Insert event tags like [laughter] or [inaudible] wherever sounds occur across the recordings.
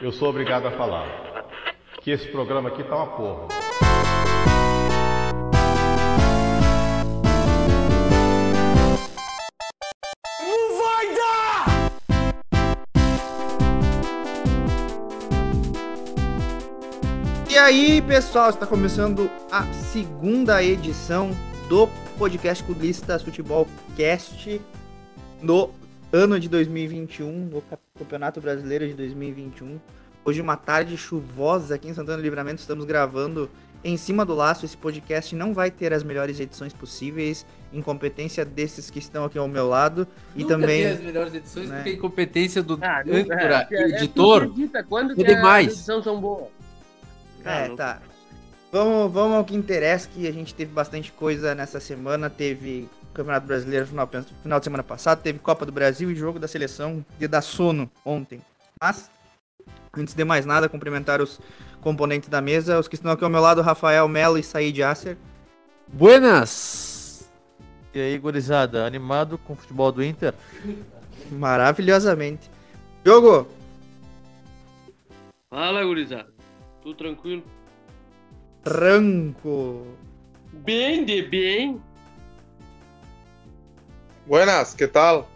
Eu sou obrigado a falar que esse programa aqui tá uma porra. Não vai dar! E aí, pessoal, está começando a segunda edição do podcast Culistas Futebol Cast no ano de 2021, no Cap- Campeonato Brasileiro de 2021. Hoje uma tarde chuvosa aqui em Santana do Livramento, estamos gravando em cima do laço. Esse podcast não vai ter as melhores edições possíveis, incompetência desses que estão aqui ao meu lado e Nunca também vi as melhores edições né? porque a incompetência do Ah, não- âncora é- é- e editor. É, tu acredita quando é que demais. as edições são boas. É, tá. Vamos, vamos ao que interessa, que a gente teve bastante coisa nessa semana. Teve Campeonato Brasileiro no final, final de semana passado, teve Copa do Brasil e jogo da seleção de dar sono ontem. Mas, antes de mais nada, cumprimentar os componentes da mesa, os que estão aqui ao meu lado, Rafael Melo e Said Acer. Buenas! E aí, gurizada, animado com o futebol do Inter? Maravilhosamente. Jogo, Fala, gurizada. Tudo tranquilo? tranco. Bem de bem. Buenas, que tal?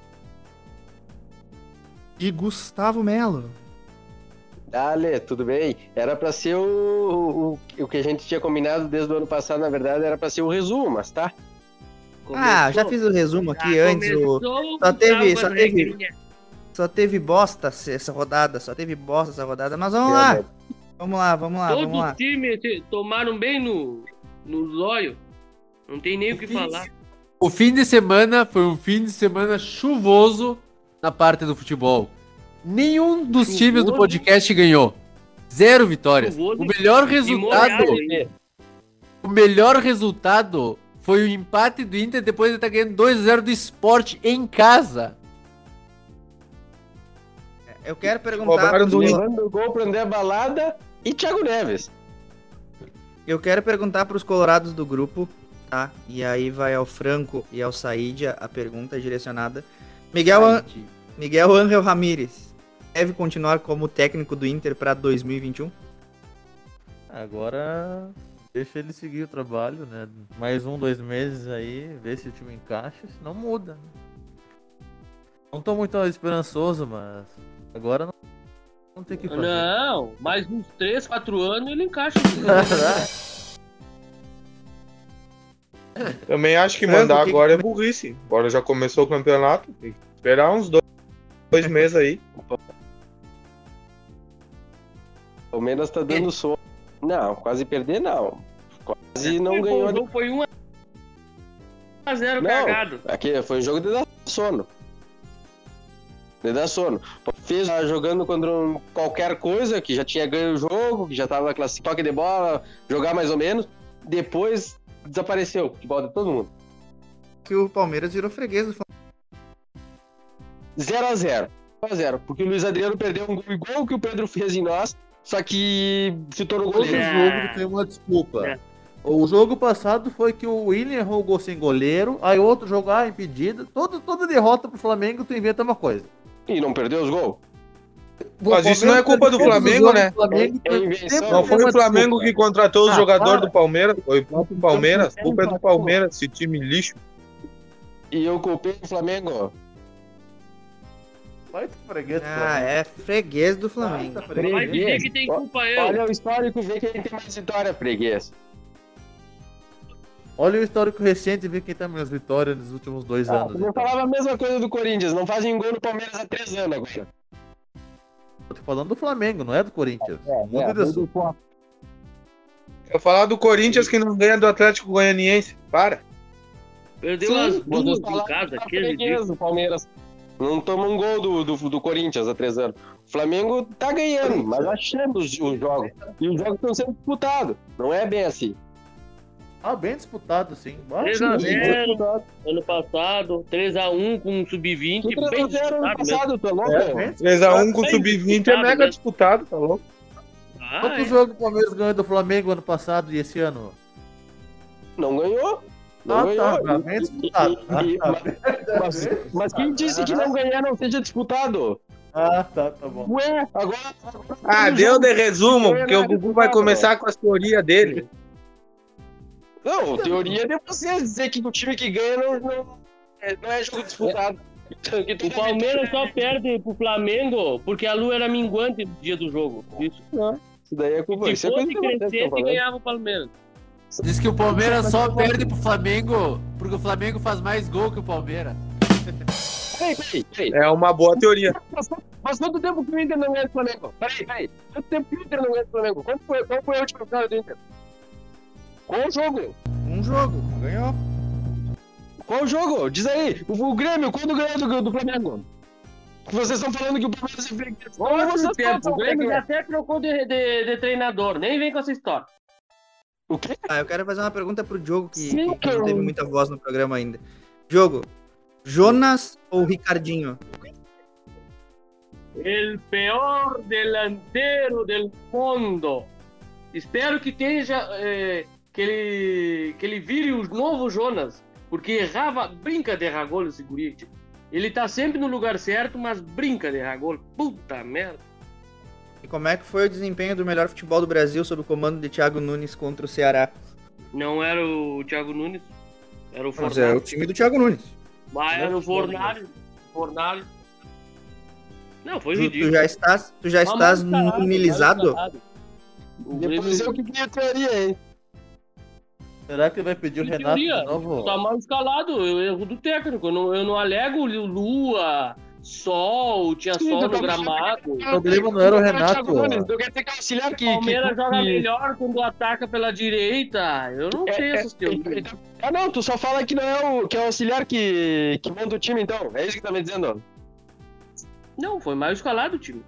E Gustavo Melo. Dale, tudo bem? Era pra ser o, o, o que a gente tinha combinado desde o ano passado, na verdade, era pra ser o resumo, mas tá? Ah, já fiz o resumo Ah, aqui antes. o- só teve- só teve- Só teve bosta essa rodada, só teve bosta essa rodada, mas vamos lá. Vamos lá, Ah, vamos lá, Todos vamos lá. os times se- tomaram bem no, nos olhos. Não tem nem o que falar. O fim de semana foi um fim de semana chuvoso na parte do futebol. Nenhum dos Chuvoso. times do podcast ganhou. Zero vitórias. Chuvoso o melhor e molhado resultado, ainda. o melhor resultado foi o empate do Inter depois de estar ganhando 2x0 do esporte em casa. Eu quero perguntar. Roubaram do pros- Inter. Levando o gol pro André Balada e Thiago Neves. eu quero perguntar pros colorados do grupo, tá? E aí vai ao Franco e ao Saídia a pergunta direcionada. Miguel, An- Miguel Angel Ramírez deve continuar como técnico do Inter pra 2021? Agora deixa ele seguir o trabalho, né? Mais um, dois meses aí, ver se o time encaixa, senão muda. né? Não tô muito esperançoso, mas agora não, não tem o É. que fazer. Não, mais uns 3, 4 anos [laughs] ele encaixa. Também acho que Frango, mandar o que agora que- é burrice. Agora já começou o campeonato, tem que esperar uns dois, [laughs] dois meses aí. Pelo menos tá É. dando sono. Não, quase perder não. Quase não ganhou. O jogo É, foi 1 a 0 Não. cagado. Aqui foi um jogo de dar sono. De dar sono. Fez ah, jogando contra um, qualquer coisa, que já tinha ganho o jogo, que já tava classificado, toque de bola, jogar mais ou menos. Depois desapareceu o futebol de todo mundo. Que o Palmeiras virou freguês do Flam- 0x0. 0x0. Porque o Luiz Adriano perdeu um gol igual que o Pedro fez em nós, só que se tornou Todo goleiro. É. jogo tem uma desculpa. É. O jogo passado foi que o William errou o gol sem goleiro, aí outro jogo, ah, impedido. Todo, toda derrota pro Flamengo tu inventa uma coisa. E não perdeu os gols. Mas isso não é culpa do Todos os Flamengo, jogos né? do Flamengo, então, É invenção. Não foi o Flamengo que contratou os Ah, jogadores para. do Palmeiras, foi o próprio Palmeiras. Culpa é do Palmeiras, esse time lixo. E eu culpei o Flamengo. Vai tu freguês, Ah, é freguês do Flamengo. Vai dizer que tem culpa eu. Olha o histórico, vê quem tem mais vitória, preguiça. Olha o histórico recente e vê quem tá menos vitórias nos últimos dois Ah, anos. então. eu falava a mesma coisa do Corinthians, não fazem gol no Palmeiras há três anos agora. Eu tô falando do Flamengo, não é do Corinthians. é, Muda de assunto. Eu falar do Corinthians que não ganha do Atlético Goianiense. Para. Perdeu as duas em casa, que ridículo. o é Palmeiras. Não toma um gol do, do, do Corinthians há três anos. O Flamengo tá ganhando, mas achando os, os jogos. E os jogos estão sendo disputados. Não é bem assim. Ah, bem disputado, sim. Ah, 3 a 0 ano passado, 3x1 com um sub-20, bem 3x0 disputado ano mesmo. passado, tu é é, louco? bem disputado. 3x1 com o Bem Sub-20 é disputado, mega né? disputado, tá louco? Ah, Quanto é. jogo o Palmeiras ganhou do Flamengo ano passado e esse ano? Não ganhou. Não Ah, ganhou. tá, tá, bem disputado. Ah, tá. E- e- mas, mas quem disse que não ganhar não seja disputado? Ah, tá, tá bom. Ué, agora. agora Ah, tem deu jogo. de resumo, porque o Gugu vai começar com as teorias dele. Não, teoria é de vocês dizer que o time que ganha não, não, é, não é jogo disputado. Que [laughs] tu- O Palmeiras só perde pro Flamengo porque a lua era minguante no dia do jogo. Isso. Isso daí é culpa. Se Isso é coisa fosse que acontece, que crescente, eu falo. ganhava o Palmeiras. Diz que o Palmeiras só perde pro Flamengo porque o Flamengo faz mais gol que o Palmeiras. Peraí, peraí, peraí. É uma boa teoria. Passou, faz quanto tempo que o Inter não ganha do Flamengo? Peraí, peraí. Quanto tempo que o Inter não ganha do Flamengo? Quanto foi, qual foi a última vitória do Inter? Qual o jogo? Um jogo, ganhou. Qual o jogo? Diz aí. O, o Grêmio, quando ganhou do, do Flamengo? Vocês estão falando que o Palmeiras é enfrentou. Olha Vocês né? tempo, o falam, Grêmio já até trocou de, de- de treinador, nem vem com essa história. O quê? Ah, eu quero fazer uma pergunta pro Diogo, que, Sim, que cara. não teve muita voz no programa ainda. Diogo, Jonas ou Ricardinho? El pior delantero del mundo. Espero que esteja. eh, que, ele, que ele vire o novo Jonas. Porque errava. Brinca de errar gol esse guri. tio. Ele tá sempre no lugar certo, mas brinca de errar gol. Puta merda. E como é que foi o desempenho do melhor futebol do Brasil sob o comando de Thiago Nunes contra o Ceará? Não era o Thiago Nunes. Era o Mas é o Fornari. time do Thiago Nunes. Mas era o né? Fornari. Fornari. Não, foi Tá Tu, tu ridículo. já estás, tu já estás nominalizado? tá O Depois eu Grêmio que queria teoria, hein? Será que ele vai pedir o Em Renato teoria, de novo? tá mal escalado, eu erro do técnico. Eu não, eu não alego o Lua, Sol, tinha Sim, sol tu tá no gramado. O problema não era o Renato. Eu quero ter que auxiliar O que. Palmeiras que- joga que- melhor quando ataca pela direita. Eu É, não sei essas teorias. Ah, não, tu só fala que não é o, que é o auxiliar que, que monta o time, então. É isso que tá me dizendo. Não, foi mal escalado o [laughs] time.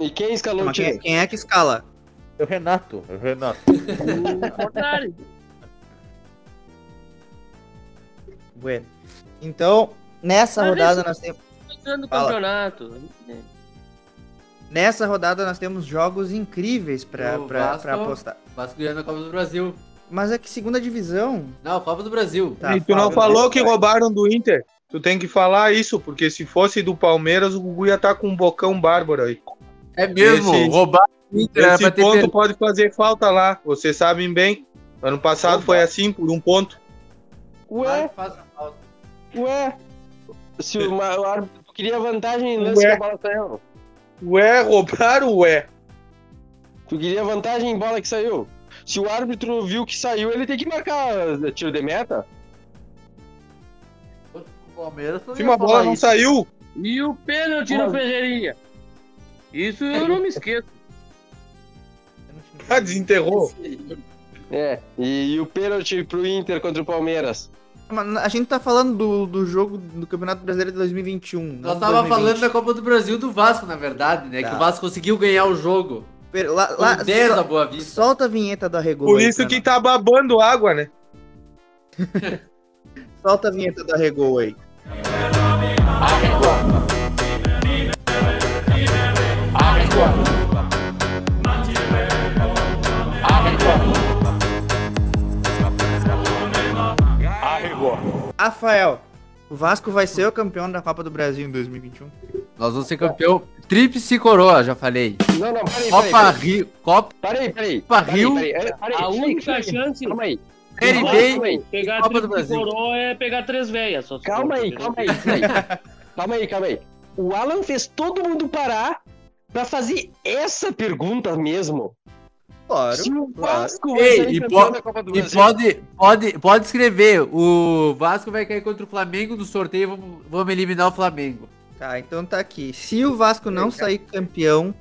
E quem escalou o Mas time? quem, quem é que escala? É o Renato. É o Renato. Ao contrário. Bueno. Então, nessa Mas rodada isso- nós temos. Começando o Fala. campeonato. Nessa rodada nós temos jogos incríveis pra, O pra, Vasco- pra apostar. Vasco ganhando a Copa do Brasil. Mas é que segunda divisão. Não, Copa do Brasil. Tá, e tu não fala. falou que roubaram do Inter. Tu tem que falar isso, porque se fosse do Palmeiras, o Gugu ia estar com um bocão bárbaro aí. É mesmo, Esse- roubar o Inter era Esse pra É, ter ponto perdido. pode fazer falta lá, vocês sabem bem. Ano passado foi assim, por um ponto. é Ué, ué. Se É. o, ma- o árbitro tu queria vantagem em lance Ué. que a bola saiu. Ué, roubaram, ué. Tu queria vantagem em bola que saiu. Se o árbitro viu que saiu, ele tem que marcar é, tiro de meta. O Palmeiras não Se ia uma bola falar não isso. saiu, E o pênalti no Ferreirinha. Isso eu não me esqueço. ah, desenterrou. É. E, e o pênalti pro Inter contra o Palmeiras. Mas A gente tá falando do, do jogo do Campeonato Brasileiro de 2021. Nós não tava 2020. falando da Copa do Brasil do Vasco, na verdade, né? Que Tá. o Vasco conseguiu ganhar o jogo. Pera, lá, Com lá, 10 a sol- Boa Vista. solta a vinheta da Regol. Por aí isso pra que tá babando água, né? nós. Solta a vinheta da Regol aí. Rafael, o Vasco vai ser o campeão da Copa do Brasil em 2021? Nós vamos ser campeão. Tríplice coroa, já falei. Não, não, peraí, Copa peraí. Rio. Copa Peraí, peraí. Copa Peraí, Rio. peraí, é, peraí, A chega, única chega. chance Calma aí. Série Não, B. calma aí. pegar Copa do três Brasil. coroa é pegar três velhas. só se Calma for, aí, entendeu? calma aí, calma [laughs] aí. Calma aí, calma aí. O Alan fez todo mundo parar pra fazer essa pergunta mesmo. Claro. Se o Vasco Ei, vai e po- ser campeão da Copa do E Brasil. pode, pode, pode escrever. O Vasco vai cair contra o Flamengo no sorteio. Vamos, vamos eliminar o Flamengo. Tá, então tá aqui. Se o Vasco não sair campeão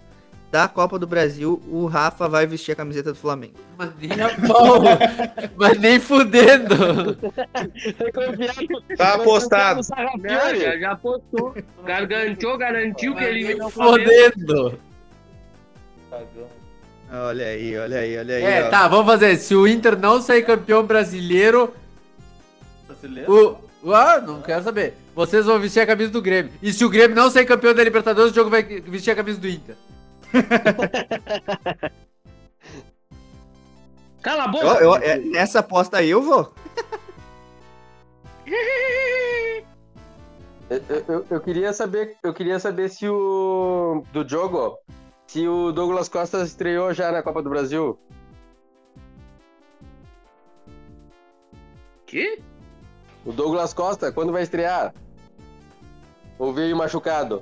da Copa do Brasil, o Rafa vai vestir a camiseta do Flamengo. Mas nem a pau. Mas nem fudendo. Tem que confiar- Tá apostado. Não, já, já apostou. Gargantou, garantiu que ele ia Nem ao Flamengo. fudendo. Olha aí, olha aí, olha aí. É, ó. tá, vamos fazer. Se o Inter não sair campeão brasileiro, Brasileiro? o. Ah, não quero saber. Vocês vão vestir a camisa do Grêmio. E se o Grêmio não sair campeão da Libertadores, o jogo vai vestir a camisa do Inter. Cala a boca! Eu- eu- é, nessa aposta aí eu vou. Eu, eu- eu queria saber, eu queria saber se o do jogo, se o Douglas Costa estreou já na Copa do Brasil. Que? O Douglas Costa, quando vai estrear? Ou veio machucado?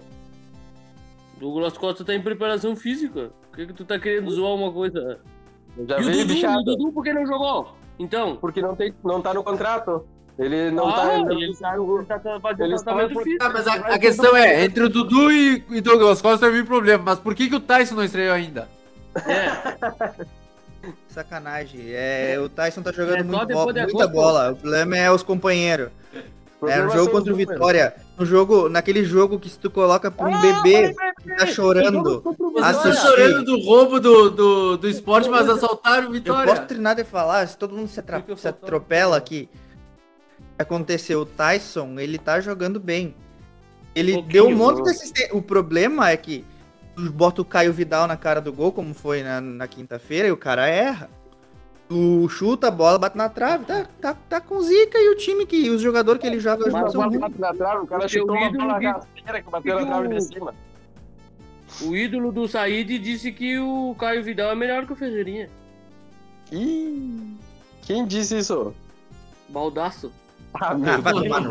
Douglas Costa tá em preparação física. Por que, que tu tá querendo zoar uma coisa? Já e o veio Dudu? E o Tá bichado? Dudu por que não jogou? Então. Porque não, tem, não tá no contrato. Ele não tá. ah, ele- ele tá, ele É, tá fazendo Ele tratamento está- físico. Ah, mas a, a questão é, entre o Dudu e, e Douglas Costa eu vi problema, mas por que, que o Tyson não estreou ainda? É, Sacanagem. É, o Tyson tá jogando É, só muito depois bo- de muita agosto. bola. O problema é os companheiros. É, problema no jogo são contra o os números. Vitória. No jogo, naquele jogo que se tu coloca pra um Ah, bebê que tá chorando. Vocês estão Assistir. chorando do roubo do, do, do esporte, mas assaltaram o Eu Vitória. posso treinar de falar, se todo mundo se, atra- Fica se faltando. atropela aqui. Aconteceu, o Tyson, ele tá jogando bem. Ele Pouquinho, deu um monte né? de assistência. O problema é que tu bota o Caio Vidal na cara do gol, como foi na, na quinta-feira, e o cara erra. Tu chuta a bola, bate na trave, tá, tá, tá com zica e o time que. Os jogadores que ele joga hoje Mas são uma ruins. bate na trave, o cara Porque chutou o uma ídolo bola diz- rasteira que bateu na que trave o- de cima. O ídolo do Said disse que o Caio Vidal é melhor que o Ferreirinha. Ih, quem disse isso? Baldaço. Ah, Ah, vai tomar no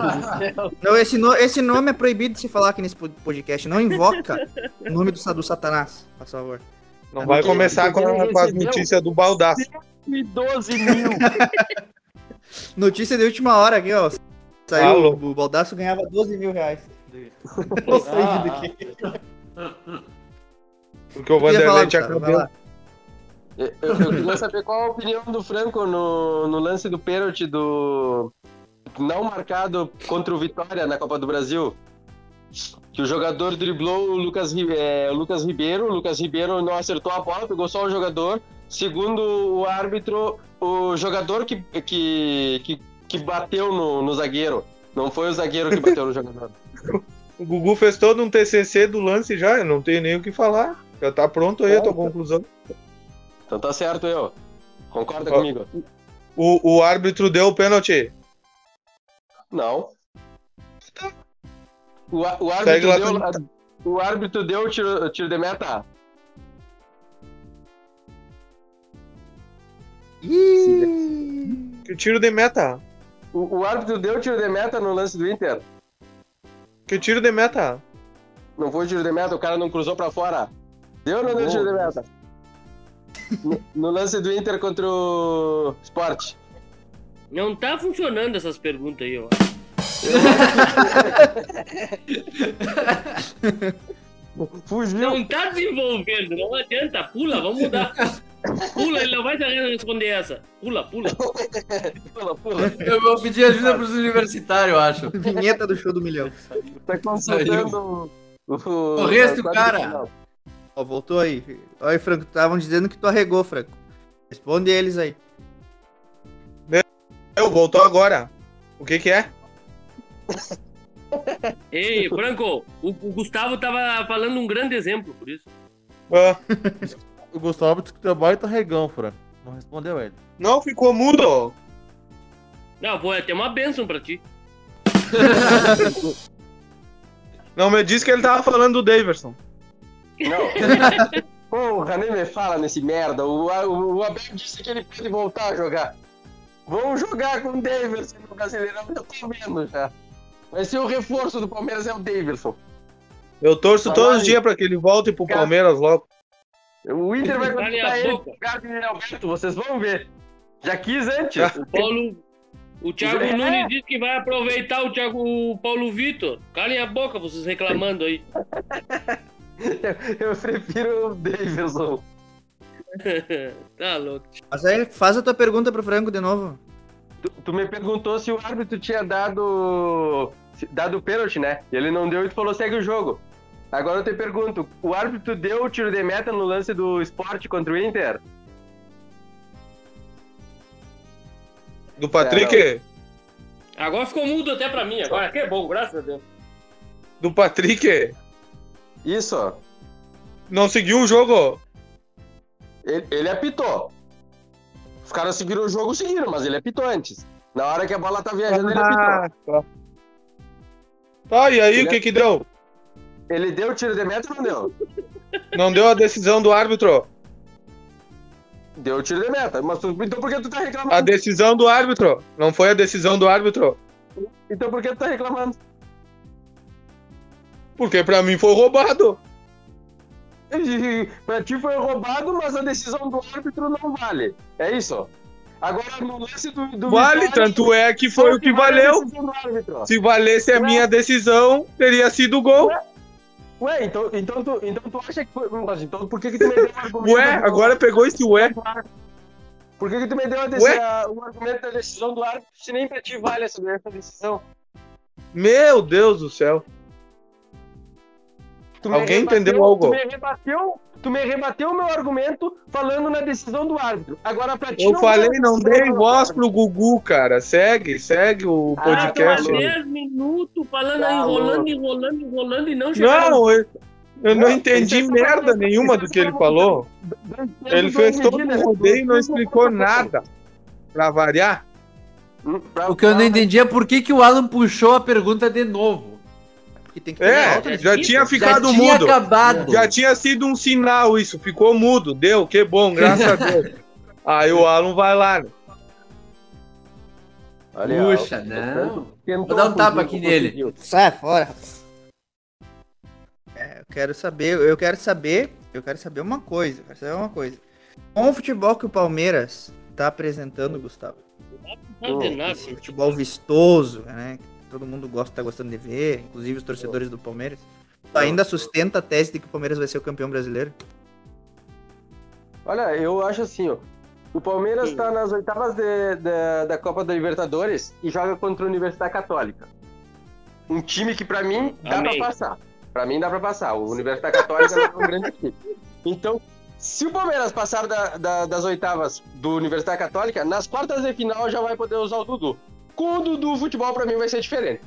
cu. não, esse, no- esse nome é proibido de se falar aqui nesse pod- podcast. Não invoca o nome do, sa- do Satanás, por favor. Não É, vai Porque- começar com, porque é ele com as recebeu- notícias do Baldaço. 12 mil. Notícia de última hora aqui, ó. Saiu, Alô. o Baldaço ganhava 12 mil reais. Não sei do que. Porque o Eu ia falar, Vanderlei tinha Gustavo, vai lá. campeão. Eu, eu queria saber qual a opinião do Franco no, no lance do pênalti do não marcado contra o Vitória na Copa do Brasil. Que o jogador driblou o Lucas, Ri- é, o Lucas Ribeiro, o Lucas Ribeiro não acertou a bola, pegou só o jogador. Segundo o árbitro, o jogador que, que, que, que bateu no, no zagueiro. Não foi o zagueiro que bateu no jogador. O Gugu fez todo um TCC do lance já, eu não tenho nem o que falar. Já tá pronto aí a É, tua conclusão. Então tá certo eu. Concorda Ó. comigo? O, o árbitro deu o pênalti. Não. O, á- o Segue árbitro lá. deu, o árbitro deu o tiro, o tiro de meta? Ih! Que o tiro de meta. O, o árbitro deu o tiro de meta no lance do Inter? Que o tiro de meta. Não foi o tiro de meta, o cara não cruzou pra fora. Deu ou não deu o tiro de meta? No, no lance do Inter contra o Sport. Não tá funcionando essas perguntas aí, ó. Fugiu. Não tá desenvolvendo, não adianta. Pula, vamos mudar. Pula, ele não vai saber responder essa. Pula, pula. Pula, pula. Eu vou [laughs] pedir ajuda pros universitários, eu acho. Vinheta do show do milhão. Tá consultando o, o, O resto, a- cara. Ó, voltou aí. Olha aí, Franco, estavam dizendo que tu arregou, Franco. Responde eles aí. Eu, voltou agora. O que que é? Ei, Franco, o, o Gustavo tava falando um grande exemplo, por isso. Ah, O Gustavo disse que tu é baita regão, Franco. Não respondeu ele. não, ficou mudo. Não, foi até uma bênção pra ti. Não me disse que ele tava falando do Daverson. Não. Porra, nem me fala nesse merda. O, o, o Abel disse que ele pode voltar a jogar. Vão jogar com o Davidson no Brasileirão, eu tô vendo já. Vai ser o reforço do Palmeiras é o Davidson. Eu torço Vai Tá lá, todos os hein? dias pra que ele volte pro Cara. Palmeiras logo. O Inter vai Cale contratar a ele boca. pro lugar do Yuri Alberto, vocês vão ver. Já quis antes. Já. O Paulo. O Thiago É. Nunes disse que vai aproveitar o, Thiago, o Paulo Vitor. Calem a boca, vocês reclamando aí. [laughs] Eu prefiro o Davidson. tá louco. Mas aí faz a tua pergunta pro Franco de novo. Tu, tu me perguntou se o árbitro tinha dado se- dado o pênalti, né? Ele não deu e tu falou segue o jogo. Agora eu te pergunto, o árbitro deu o tiro de meta no lance do esporte contra o Inter? Do Patrick? Agora ficou mudo até pra mim, agora que é bom, graças a Deus. Do Patrick? Isso. Não seguiu o jogo? Ele, ele apitou. Os caras seguiram o jogo, tá seguiram, mas ele apitou antes. Na hora que a bola tá viajando, ele apitou. Tá, e aí o que que deu? Ele deu tiro de meta ou não deu? Não deu a decisão do árbitro. Deu tiro de meta. Mas tu- então por que tu tá reclamando? A decisão do árbitro. Não foi a decisão do árbitro. Então por que tu tá reclamando? Porque pra mim foi roubado. [laughs] pra ti foi roubado, mas a decisão do árbitro não vale. É isso? Agora no lance do. do Vale, Vitória, tanto é que foi o que vale a valeu. decisão do árbitro. Se valesse a minha decisão, teria sido gol. Ué, então, então, tu, então tu acha que foi. Mas então por que, que tu me deu um argumento? Ué, agora pegou esse ué. Por que, que tu me deu a deci- Ué? a- o argumento da decisão do árbitro se nem pra ti vale essa, essa decisão? Meu Deus do céu. Tu me Alguém rebateu- entendeu algo? Tu me, rebateu, tu me rebateu o meu argumento falando na decisão do árbitro. Agora pra ti Eu não falei, vale a não decisão dei do voz árbitro. pro Gugu, cara. Segue, segue o Ah, podcast. Estavam há 10 minutos falando, Tá enrolando, enrolando, enrolando e não chegaram. Não, eu, eu não Não, entendi isso é só merda pra- isso nenhuma é do só que ele pra- falou. Dois pesos, Ele duas fez todo medidas, um né? rodeio e não Dois pesos, explicou duas medidas. nada. Pra variar. Hum, pra- O que eu não pra- entendi é por que, que o Alan puxou a pergunta de novo. Porque tem que pegar alta É, nesse já nível. tinha ficado Já tinha mudo. acabado. Já tinha sido um sinal isso. Ficou mudo. Deu, que bom, graças [laughs] a Deus. Aí o Alan vai lá. né? Olha, Puxa, ó, não. tentou, Vou dar um tapa conseguiu, aqui nele. conseguiu. Sai fora, rapaz. É, eu quero saber, eu quero saber, eu quero saber uma coisa, eu quero saber uma coisa. Com o futebol que o Palmeiras tá apresentando, Gustavo, Não tem nada. esse Né? futebol vistoso, né, que todo mundo gosta, tá gostando de ver, inclusive os torcedores do Palmeiras, tu ainda sustenta a tese de que o Palmeiras vai ser o campeão brasileiro? Olha, eu acho assim, ó. O Palmeiras tá nas oitavas de- da- da Copa da Libertadores e joga contra a Universidade Católica. Um time que, pra mim, dá Amém. pra passar. Pra mim, dá pra passar. O Universidade Católica não é [laughs] um grande time. Então, se o Palmeiras passar da- da- das oitavas do Universidade Católica, nas quartas de final já vai poder usar o Dudu. Com o Dudu, o futebol, pra mim, vai ser diferente.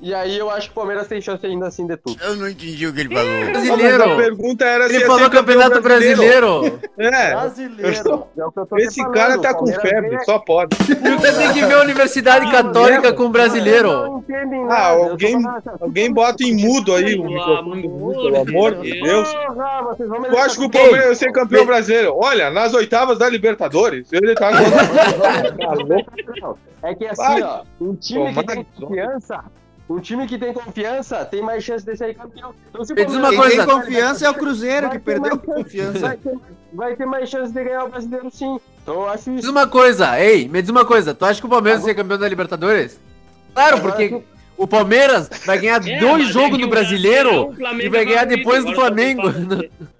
E aí eu acho que o Palmeiras tem chance ainda assim de tudo. Eu não entendi o que ele falou. Mas a Brasileiro. pergunta era se Ele ia falou ser campeão campeonato brasileiro. É, Brasileiro. É o que eu tô te esse falando, cara o tá com Palmeiras febre, vem- só pode. Nunca tem que ver a Universidade Católica com o brasileiro. Não entendem Ah, nada, eu tô alguém, falando assim, alguém bota em mudo aí o microfone do Gugu, pelo amor de Deus. Porra, vocês vão me Eu deixar acho que o com- Palmeiras vai ser campeão brasileiro. Olha, nas oitavas da Libertadores. Ele tá [laughs] Tá louco? É que Vai. assim, ó, um time que Tomara tem que- confiança, um time que tem confiança tem mais chance de sair campeão. Então, se o Me diz Palmeiras- uma coisa- Quem tem confiança é o Cruzeiro, que Vai ter perdeu mais chance, confiança. Vai ter, vai ter mais chance de ganhar o brasileiro, sim. Então eu acho Me diz isso. uma coisa, ei, me diz uma coisa. Tu acha que o Palmeiras vai ser campeão da Libertadores? Claro, porque o Palmeiras vai ganhar É, dois mas é jogos que do o brasileiro. Brasileirão, o Flamengo e vai ganhar é favorito, depois do agora também Flamengo.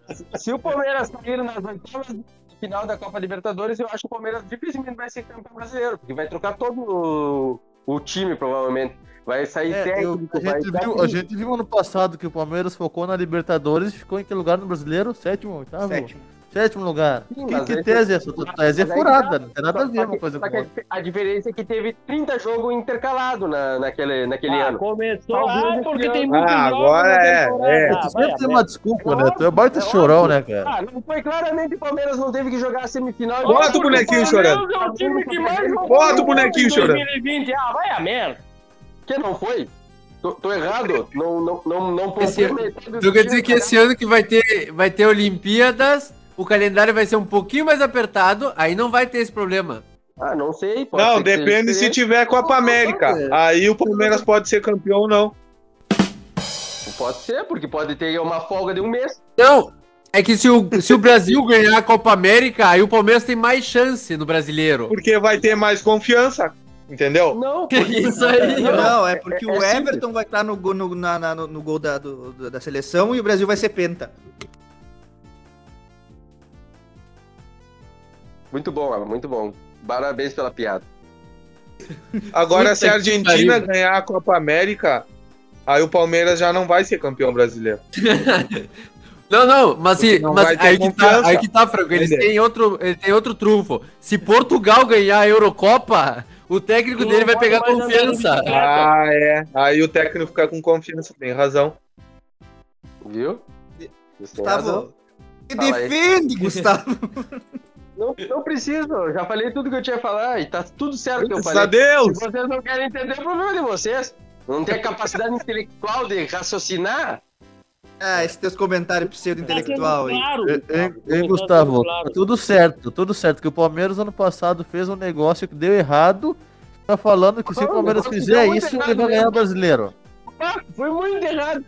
fala- Se o Palmeiras cair nas oitavas de final da Copa Libertadores, eu acho que o Palmeiras dificilmente vai ser campeão brasileiro, porque vai trocar todo o, o time, provavelmente. Vai sair É, eu- técnico, a, vai tá gente dar viu, a gente viu ano passado que o Palmeiras focou na Libertadores e ficou em que lugar no brasileiro? Sétimo, oitavo? Sétimo. Sétimo lugar. Sim, que mas que aí- tese é essa? Tua tese é mas aí furada, tá- não tem nada só- a ver só uma que- coisa com só a que outra. a diferença é que teve 30 jogos intercalados na, naquele, naquele Ah, ano. começou. Talvez Ah, porque tem esse muito Ah, jogo agora na é, temporada. é. Ah, Tu vai, sempre tem vai. uma desculpa, né? Tu é É baita óbvio. chorão, né, cara? Ah, não foi claramente o Palmeiras não teve que jogar a semifinal. Bota o Porque bonequinho Palmeiras chorando. é o time que mais jogou Bota o em bonequinho chorando. 2020, ah, vai a merda. Que não foi? Tô, tô errado? Não, não, não, não Esse- poupou metade do Tu Então, quer time, dizer que cara. esse ano que vai ter, vai ter Olimpíadas, o calendário vai ser um pouquinho mais apertado, aí não vai ter esse problema. Ah, não sei. [laughs] pode Não, ser que seja depende se diferente. tiver Copa América. Aí o Palmeiras pode ser campeão ou não. Pode ser, porque pode ter uma folga de um mês. Não, é que se o, se o Brasil ganhar a Copa América, aí o Palmeiras tem mais chance no [laughs] brasileiro. Porque vai ter mais confiança. Entendeu? [laughs] Não, Que isso aí, ó. Não, é porque é o simples. Everton vai estar no, go- no, na- na- no- no gol da, do- do- da seleção e o Brasil vai ser penta. Muito bom, Alan, muito bom. Parabéns pela piada. Agora, Puta se a que Argentina pariu. ganhar a Copa América, aí o Palmeiras já não vai ser campeão brasileiro. Não, não, mas, se, Porque não mas vai ter aí, que tá, confiança. aí que tá, Franco. Eles Entendeu? têm, outro, eles têm outro trunfo. Se Portugal ganhar a Eurocopa, o técnico Não dele vai pode pegar mais andar de confiança. bicicleta. Ah, é. Aí o técnico fica com confiança, tem razão. Viu? Você tem razão. Gustavo, te Fala aí. defende, Gustavo. [laughs] Não, não preciso, eu já falei tudo que eu tinha que falar e tá tudo certo que eu Graças a falei. Deus! Se vocês não querem entender, é problema de vocês. Não tem a capacidade [laughs] intelectual de raciocinar. Ah, esse teus comentários pseudo-intelectual aí. Ah, Claro, tá, tá, Hein, Gustavo, hein, Gustavo, Tá claro. tudo certo, tudo certo. Que o Palmeiras ano passado fez um negócio que deu errado. Tá falando que se o Não, Palmeiras não, fizer deu muito isso, errado ele vai ganhar mesmo. o brasileiro. Ah, foi muito errado.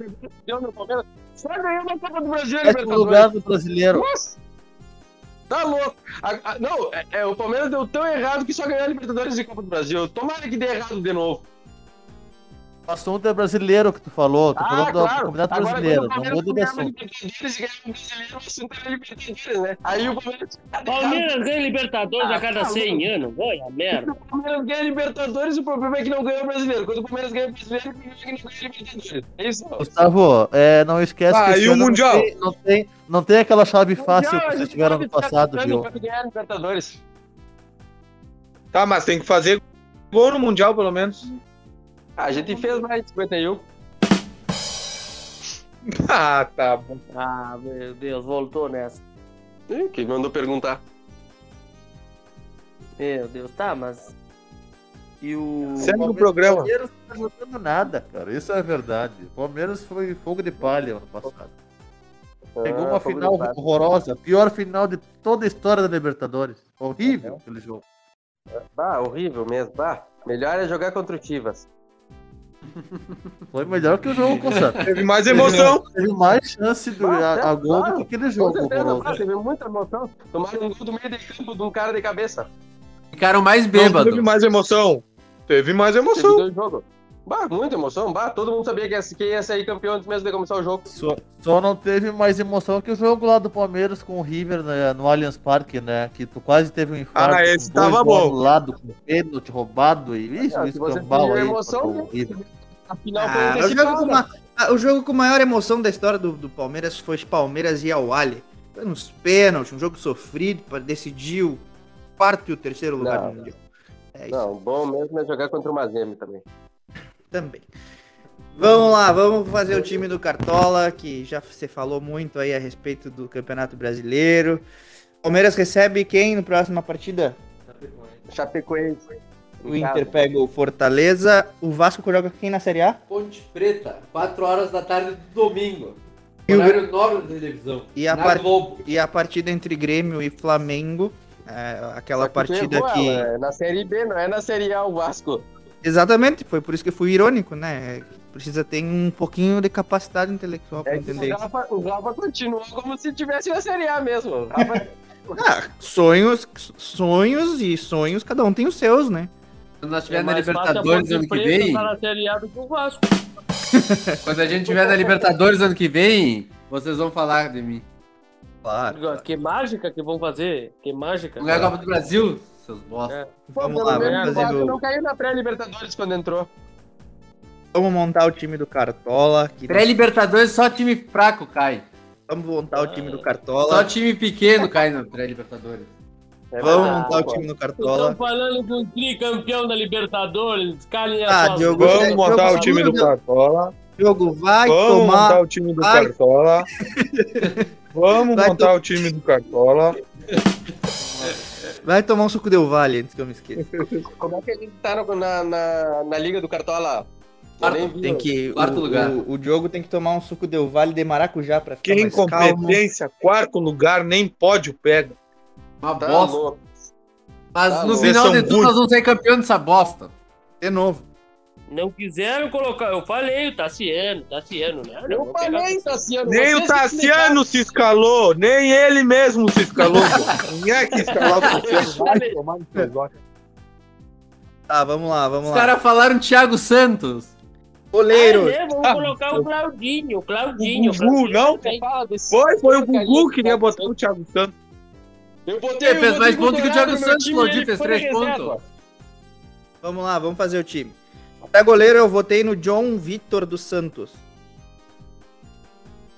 Deu no Palmeiras. Só ganhou uma Copa do Brasil, Sétimo Libertadores. lugar do brasileiro. Nossa! Tá louco. A- a- não, é, é, o Palmeiras deu tão errado que só ganhou a Libertadores e Copa do Brasil. Tomara que dê errado de novo. O assunto é brasileiro que tu falou. Tô falando do Campeonato Ah, Agora, Brasileiro. quando o Não Palmeiras muda de ganhava assunto. Libertadores e ganhava o brasileiro, o assunto era Libertadores, né? Aí o Palmeiras. Palmeiras ganha Libertadores a cada 100 anos. Olha, merda. O Palmeiras ganha Libertadores, o problema é que não ganha o brasileiro. Quando o Palmeiras ganha o brasileiro, o problema é que não ganha o Libertadores. É isso. Gustavo, é, não esquece Ah, que esse e o ano não Mundial? tem- Não tem, não tem aquela chave é fácil que vocês tiveram no ano passado, viu? tá Ganhar Libertadores. Tá, mas tem que fazer gol no Mundial, pelo menos. [laughs] Ah, A gente fez mais de 51. Ah, tá bom. Ah, meu Deus, voltou nessa. Ih, Quem mandou perguntar? Meu Deus, tá, mas. E o. Segue o programa. Palmeiras não tá jogando nada, cara. Isso é verdade. O Palmeiras foi fogo de palha ano passado. Pegou uma final horrorosa. Pior final de toda a história da Libertadores. Horrível aquele jogo. Bah, Ah, horrível mesmo. Bah, melhor é jogar contra o Tivas. Foi melhor que o jogo, Constantino. Teve mais emoção. Teve um mais chance do, Ah, a, a certo, gol claro. do que aquele Com jogo certeza, bah, horroroso. teve muita emoção. Tomaram um gol do meio de campo de um cara de cabeça. Ficaram mais Não, bêbados. teve mais emoção. Teve mais Teve emoção. dois jogos. Bah, muita emoção. Bah, todo mundo sabia que ia, que ia sair campeão antes mesmo de começar o jogo. Só, só não teve mais emoção que o jogo lá do Palmeiras com o River né, no Allianz Parque, né? Que tu quase teve um infarto. Ah, com esse dois tava gols bom. anulado, com um pênalti roubado e isso, Ah, se isso você cambal tiver aí. emoção, contra o River. A final Então, foi um Ah, o, jogo com ma- ah, o jogo com maior emoção da história do, do Palmeiras foi de Palmeiras e Awali. Foi nos pênaltis, um jogo sofrido para decidir o quarto e o terceiro lugar Não. do Mundial. É isso Não, bom mesmo é jogar contra o Mazembe também. também. Vamos lá, vamos fazer o time do Cartola, que já você falou muito aí a respeito do Campeonato Brasileiro. Palmeiras recebe quem no próxima partida? Chapecoense. O Inter pega o Fortaleza. O Vasco joga quem na Série A? Ponte Preta, 4 horas da tarde do domingo. E o- Horário nobre da televisão. E a na par- Globo. E a partida entre Grêmio e Flamengo. é, aquela partida Errou que. ela, é na Série B, não é na Série A o Vasco. Exatamente, foi por isso que eu fui irônico, né? Precisa ter um pouquinho de capacidade intelectual pra É que entender o isso. Rafa, o Rafa continua como se tivesse na Série A mesmo. [laughs] O Rafa- é Ah, sonhos, sonhos e sonhos, cada um tem os seus, né? Quando nós É estivermos na mais fácil a Libertadores Ponte ano que Preta vem, tá na Série A do que o Vasco. quando a gente estiver na Libertadores ano que vem, vocês vão falar de mim. Claro. Que mágica que vão fazer. Que mágica. É Não é ganhar a Copa do Brasil, seus bosta. É. Vamos lá, Pelo vamos menos o fazer Vasco o- não caiu na pré-Libertadores quando entrou. Vamos montar o time do Cartola. que Pré-Libertadores só time fraco cai. Vamos montar o time do Só Cartola. time pequeno cai na pré-Libertadores. É Vamos verdade, montar o pô. time do Cartola. Estão falando de um tricampeão da Libertadores. Calem Ah, suas Diogo, bocas. Vamos montar o time do Cartola. O jogo vai Vamos montar tomar. o time do Ai. [laughs] Cartola. Vamos Vai montar o time do Cartola. Tá, Vai tomar um suco Del Vale antes que eu me esqueça. Como é que a gente tá no- na, na, na Liga do Cartola? Eu nem vi. Tem que. Quarto o, lugar. O, o Diogo tem que tomar um suco Del Vale de maracujá pra ficar Que mais calmo. incompetência, quarto lugar, nem pódio pega. Uma Tá bosta. louco. Mas Tá no louco. final Vocês de são tudo ruins. nós vamos ser campeão dessa bosta. De novo. Não quiseram colocar. Eu falei, o Tassiano, Tassiano, né? Não, Eu vou pegar- falei, Tassiano. Nem vocês o que Tassiano se escalou, nem ele mesmo [laughs] se escalou. pô. Quem é que escalou o Tassiano? Vai tomar no seu zóio. Tá, vamos lá, vamos Os lá. caras falaram Thiago Santos. Goleiro. Ah, né? Vamos Ah, colocar o Claudinho, o Claudinho. O Gugu, Claudinho não? também. fala desse- Foi, foi o Gugu que queria botar o Thiago Santos. Eu botei Ele fez o mais Rodrigo pontos que o Thiago Dourado no meu Santos, time, Claudinho ele fez foi três na reserva. pontos. Vamos lá, vamos fazer o time. Pra goleiro, eu votei no John Vitor dos Santos.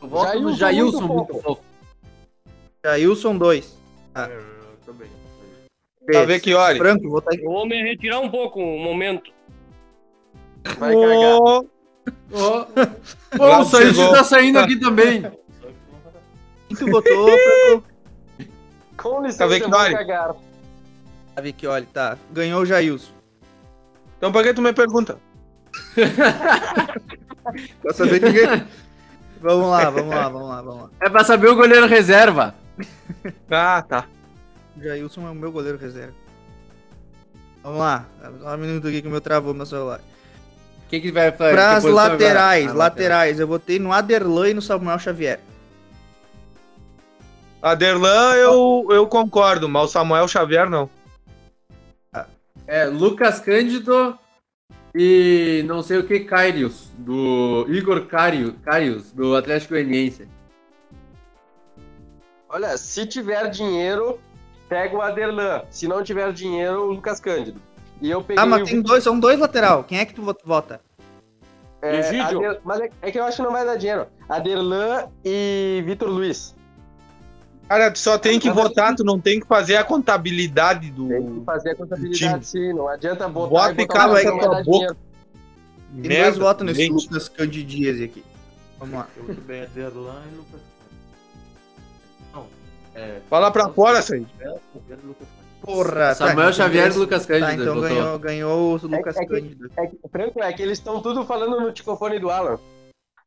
Eu voto no Jailson, Jailson, muito muito pouco. Jailson 2. Tá Pra ver que hora. Franco, votar em Eu vou me retirar um pouco o momento. Vai cagar. Ô, Bom, o Bravo, Sancho chegou. tá saindo aqui também. quem tu votou, [laughs] Franco? Com licença, Cavei que eu na vou área. cagar. Pra ver que olha, tá. Ganhou o Jailson. Então pra que tu me pergunta? Quer saber quem [laughs] ganha? Vamos lá, vamos lá, vamos lá, vamos lá. É pra saber o goleiro reserva. Ah, tá. Jailson é o meu goleiro reserva. Vamos lá, só um minuto aqui que o meu travou meu celular. Quem É, que vai fazer? Para as que posição laterais, agora? Ah, laterais, eu botei no Aderlan e no Samuel Xavier. A Derlan eu, eu concordo, mas o Samuel Xavier não. É, Lucas Cândido e não sei o que, Carius, do Igor Cario, Carius, do Atlético Goianiense. Olha, se tiver dinheiro, pega o Aderlan. Se não tiver dinheiro, o Lucas Cândido. E eu peguei Ah, mas o- tem dois, são dois lateral. Quem é que tu vot- vota? é, Egídio. Ader- Mas é, é que eu acho que não vai dar dinheiro. Aderlan e Vitor Luiz. Cara, tu só tem que votar, tu não tem que fazer a contabilidade do. Tem que fazer a Time. contabilidade, sim. Não adianta botar. Bota e cala uma aí coisa com a que vai dar dinheiro. boca. Tem dois votos nesse gente. Lucas Candidíase aqui. Vamos lá. Eu bem é Derlan e Lucas. Não. É. Fala pra fora, Said. Lucas. Porra, Samuel então Xavier e beleza. Lucas Cândido. Tá, então botou. ganhou, ganhou o Lucas É- é que- Cândido. É que, Franco, é que eles estão tudo falando no ticofone do Alan.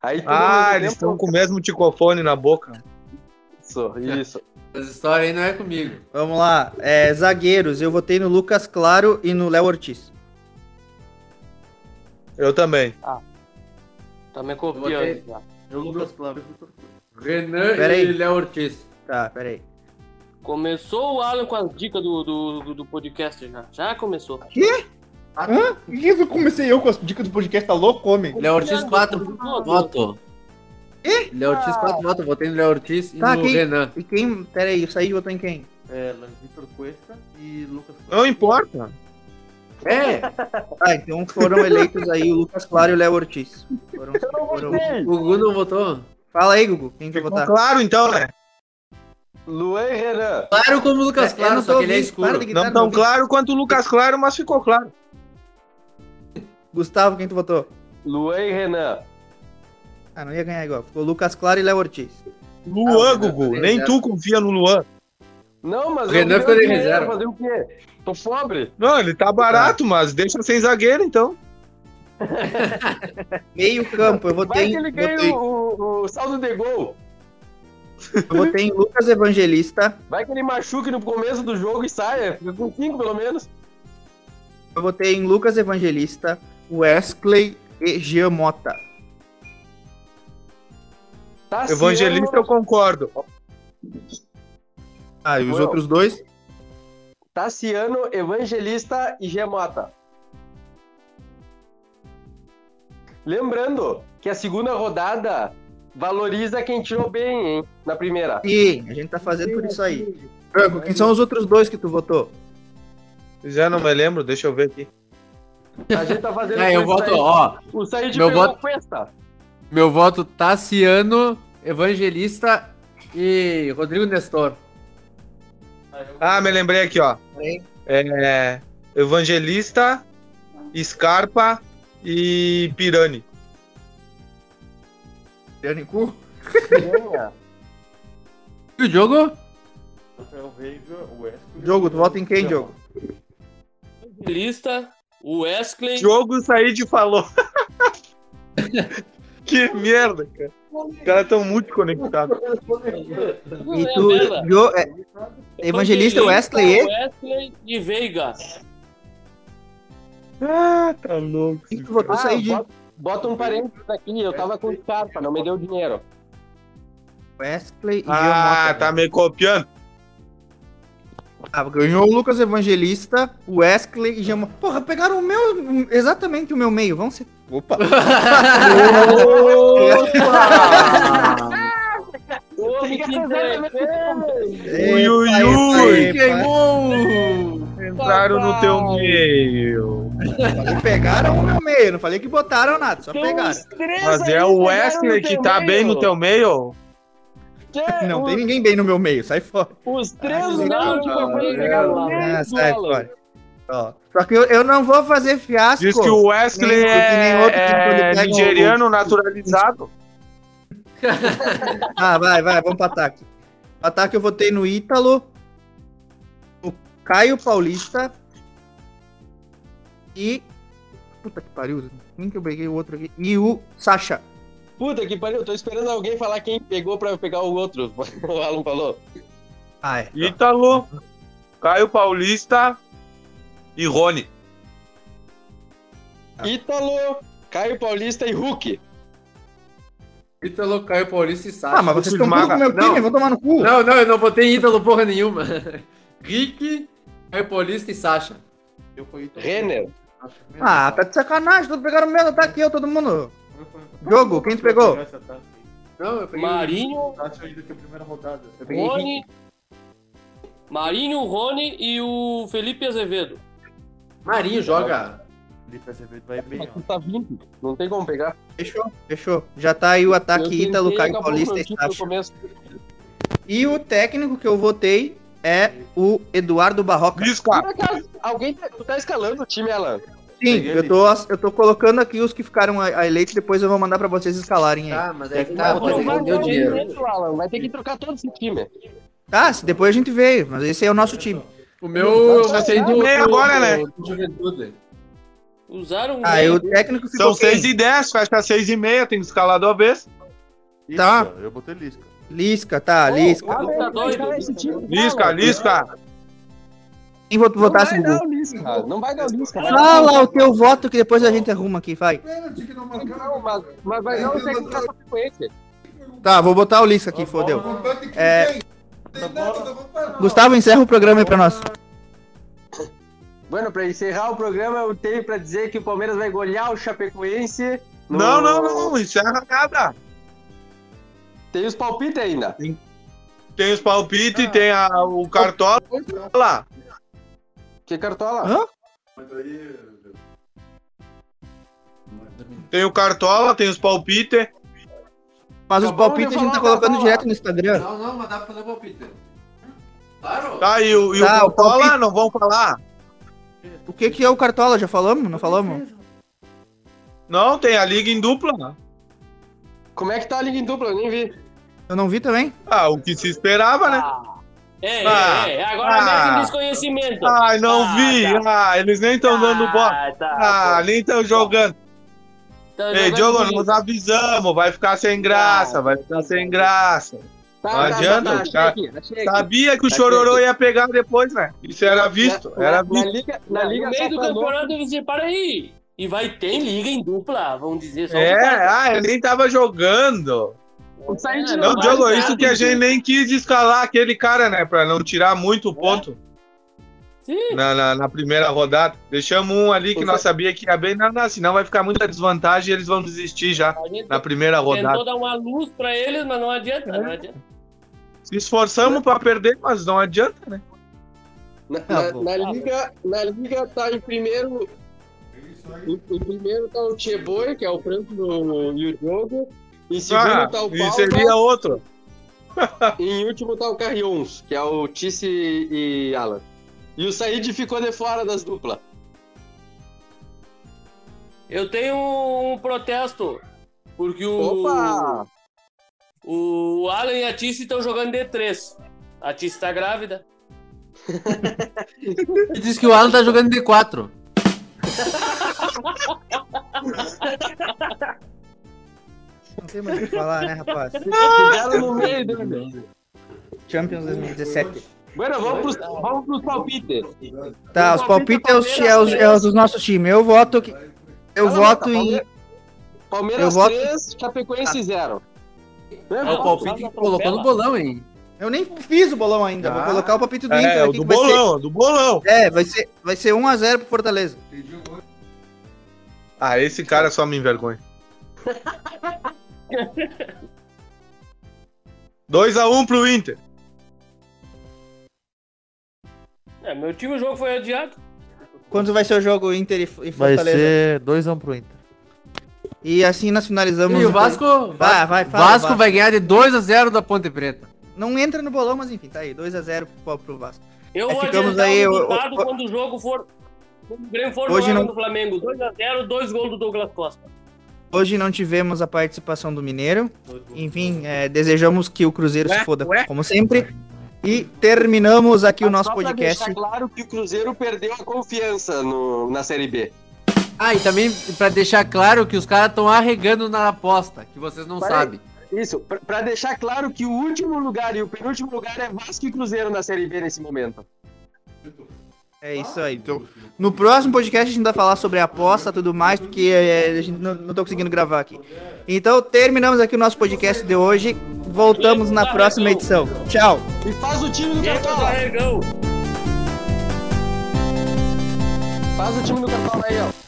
Aí todo mundo Ah, tem eles tempo- estão com o mesmo ticofone na boca. Isso, isso. Essa história aí não é comigo. Vamos lá. É, zagueiros, eu votei no Lucas Claro e no Léo Ortiz. Eu também. Tá me Botei. copiando. já. Eu, Lucas Claro. Renan Pera aí. e Léo Ortiz. Tá, peraí. Começou o Alan com as dicas do, do, do- do podcast já. Já começou. Hã? Por que eu comecei eu com as dicas do podcast? Tá louco, homem? Léo Ortiz, 4 voto. Ih? Léo Ortiz, 4 voto. Votei no Léo Ortiz e Ah. Tá, no quem- Renan. E quem. Peraí, eu saí e votou em quem? É, Vitor Cuesta e Lucas. Não importa. É, Ah, então foram eleitos aí o Lucas Claro e o Léo Ortiz. Foram, foram- o Gugu não votou. Fala aí, Gugu, quem quer Ficou votar? claro então, né? Luan e Renan. Claro como o Lucas Eu Claro, não tô só que ele é ouvindo, para escuro. de gritar, Não tão ouvi. claro quanto o Lucas Claro, mas ficou claro. Gustavo, quem tu votou? Luan e Renan. Ah, não ia ganhar igual. Ficou Lucas Claro e Léo Ortiz. Luan, Gugu. Nem tu confia no Luan. Não, mas. O Renan eu ficou de tenho dinheiro, reserva. Fazer o quê? Tô pobre. Não, ele tá barato, mas deixa sem zagueiro então. Meio campo, eu Vai votei, que ele em- ganha votei, o, o- o saldo de gol. eu votei em Lucas Evangelista, Vai que ele machuque no começo do jogo e saia. Fica com cinco, pelo menos. eu votei em Lucas Evangelista, Wesley e Jean Mota. Tá Evangelista Assim, é eu concordo. Ah, e os Foi eu. outros dois? Tassiano, tá Evangelista e Gemota. Lembrando que a segunda rodada valoriza quem tirou bem, hein? Na primeira. Sim, a gente tá fazendo por isso aí. Franco, quem são os outros dois que tu votou? Já não me lembro, deixa eu ver aqui. A gente tá [laughs] fazendo. É, eu isso voto, aí. ó. O Said meu pegou voto- a [laughs] festa. Meu voto Tassiano, Evangelista e Rodrigo Nestor. Ah, me lembrei aqui, ó. Peraí. É, Evangelista, Scarpa e Pirani. Pirani Cu? E o jogo? Eu vejo o Wesley. Diogo, tu vota em quem, Diogo? Lista, o Wesley. Jogo Said [laughs] falou. que merda, cara. Os caras tão muito conectados. E tu, Jo- é, Evangelista, Então, Wesley e? Wesley e Veiga. Ah, tá louco. Quem tu votou? Ah, Said? bota, bota um parênteses aqui. Eu tava com Scarpa, não me deu dinheiro. Wesley e Jean Mota. Ah, tá me copiando. Ah, ganhou o Lucas Evangelista, o Wesley e Jamon. Porra, pegaram o meu. Exatamente o meu meio. Vamos ser. [laughs] Opa! Ah, Homem que interessa. Ui, ui, ui. Queimou! Entraram no teu meio. Falei, pegaram o meu meio. Não falei que botaram nada, Então, só pegaram. Mas é o Wesley que tá bem no teu meio? [laughs] Não tem ninguém bem no meu meio, sai fora. Os Ah, três não, não tipo, de não, companhia não, pegaram lá. Ah, Três sai bolas. fora. Ó, Só que eu, eu não vou fazer fiasco. Diz que o Wesley Nem- que nem é, outro que quando é pega o- nigeriano naturalizado. Ah, vai, vai, vamos pro ataque. Pro ataque eu votei no Ítalo, no Caio Paulista e Puta que pariu. Quem que eu peguei o outro aqui? E o Sasha. Puta que pariu, eu tô esperando alguém falar quem pegou pra pegar o outro. [laughs] O Alan falou. Ah, é. Ítalo, Caio Paulista e Rony. Ah. Ítalo, Caio Paulista e Hulk. Ítalo, Caio Paulista e Sasha. Ah, mas vocês estão tudo Maga. com o meu time, Não. vão tomar no cu. Não, não, eu não botei Ítalo porra nenhuma. [laughs] Rick, Caio Paulista e Sasha. Renner. Ah, tá de sacanagem, todos pegaram o mesmo ataque eu, tá todo mundo. tá. Jogo, quem tu pegou? Não, tá- eu peguei. Marinho, Tá eu peguei Rick. Rony. Marinho, Rony e o Felipe Azevedo. Marinho joga. Felipe Azevedo vai bem, ó. Tá vindo. Não tem como pegar. Fechou, fechou. Já tá aí o Eu ataque tentei, Ítalo, Caio acabou Paulista meu e título no Sasha. começo. E o técnico que eu votei é o Eduardo Barroca. Lisca. Por acaso, alguém tá, tu tá escalando o time, Alan? Sim, eu tô, eu tô colocando aqui os que ficaram a, a eleito, depois eu vou mandar pra vocês escalarem aí. Tá, mas é que tá, Não, mas é que vai não deu dar dinheiro. dentro, Alan. Vai ter que trocar todo esse time. Tá, se depois a gente vê, mas esse aí é o nosso time. O meu eu gostei do. Meia do- agora, né? é do Juventude. Usaram Ah, e o técnico ficou São quem? 6 e 10, fecha 6 e meia, tem que escalar de uma vez. Lisca, Tá. Eu botei Lisca. Lisca, tá, Lisca. Ah, Tá vai doido. escalar esse time, Lisca, Alan. Lisca. Quem vot- Não votasse, vai Gugu? dar o Lisca. Não vai dar um o Lisca. vai dar o Fala o teu voto que depois a gente arruma aqui, vai. Não, mas, mas vai dar o técnico da Chapecoense. Tá, vou botar o Lisca aqui, fodeu. É... Gustavo, encerra o programa aí pra nós. Bueno, pra encerrar o programa, eu tenho pra dizer que o Palmeiras vai golear o Chapecoense. no- Não, não, não, encerra nada. Tem os palpites ainda. Tem os palpites, tem a, o cartola. Lá. Que cartola? Hã? Tem o cartola, tem os palpites. Mas os Tá bom, palpites a eu gente tá vou lá, colocando vou lá. direto no Instagram. Não, não, mas dá pra fazer palpite. Claro. Tá, e o, e Tá, o o cartola, palpite. não vão falar. O que que é o Cartola? Já falamos? Não falamos? Não, tem a liga em dupla. Como é que tá a liga em dupla? Eu nem vi. Eu não vi também? Ah, o que se esperava, né? É, Ah, é, é. Agora ah. mete o desconhecimento. Ai, não Ah, vi. Ah, eles nem estão dando bola. Ah, tá. Ah, nem estão jogando. Tá Ei, jogando Diogo, bonito. nós avisamos. Vai ficar sem graça, vai ficar sem graça. Tá, Não adianta, Tá. achei cara. aqui, achei aqui. Sabia que o Chororô ia pegar depois, né? Isso era visto. Na- Era na, visto. na liga, na no liga meio só do falou- campeonato você para aí. E vai ter liga em dupla, vamos dizer só. É, ah, ele nem tava jogando. O Said Não, Não, vale Diogo, nada, isso que é- a gente nem quis escalar aquele cara, né? Pra não tirar muito ponto Sim. na, na- na primeira rodada. Deixamos um ali que Pois nós sabia que ia bem. Não, não, senão vai ficar muita desvantagem e eles vão desistir já A gente na primeira rodada. tentou dar uma luz pra eles, mas não adianta, não adianta. Se esforçamos pra perder, mas não adianta, né? Na, Tá na- bom. na liga, na liga tá em primeiro. O, o primeiro tá o Cheboy, que é o Franco do- e o Diogo. Em segundo Ah, tá o e Paulo. seria outro. E em último tá o Carrions, que é o Tice e Alan. E o Said ficou de fora das duplas. Eu tenho um protesto, porque o, Opa! o Alan e a Tice estão jogando D3. A Tice tá grávida. Ele disse que o Alan tá jogando D4. Não tem mais o que falar, né, rapaz? Fizeram no meio dele. Champions 2017. Bueno, vamos pros, vamos pros palpites. Tá, os palpites é os, é os, é os do nosso time. Eu voto que... Eu Não, voto tá, em... Palmeiras- Palmeiras Eu voto- 3, Chapecoense Né? 0. É o palpite que colocou tá no bolão, hein? Eu nem fiz o bolão ainda. Vou colocar o palpite do Inter É, o aqui do que vai ser... bolão, do bolão. É, vai ser, vai ser 1x0 pro Fortaleza. Ah, esse cara só [laughs] me envergonha. 2x1 pro Inter. É, meu time o jogo foi adiado. Quando vai ser o jogo Inter e, e Vai Fortaleza? ser 2x1 pro Inter. E assim nós finalizamos. E o Vasco. Vai, vai, fala, Vasco Vasco. vai ganhar de 2x0 da Ponte Preta. Não entra no bolão, mas enfim, tá aí. 2x0 pro, pro Vasco. Eu É, vou ficamos adiantar aí, o eu- resultado eu- quando o jogo for. Quando o Grêmio for Hoje jogar não- no Flamengo. 2x0, dois gols do Douglas Costa. Hoje não tivemos a participação do Mineiro. Enfim, é, desejamos que o Cruzeiro se foda, como sempre. E terminamos aqui o nosso Só pra podcast. deixar claro que o Cruzeiro perdeu a confiança no- na Série B. Ah, e também pra deixar claro que os caras estão arregando na aposta, que vocês não Pera aí. sabem. Isso, pra- pra deixar claro que o último lugar e o penúltimo lugar é Vasco e Cruzeiro na Série B nesse momento. É isso aí. Então, no próximo podcast a gente vai falar sobre aposta e tudo mais, porque é, a gente não, não tô conseguindo gravar aqui. Então, terminamos aqui o nosso podcast de hoje. Voltamos na próxima edição. Tchau! E faz o time do Cartola! Carregão. Faz o time do Cartola aí, ó.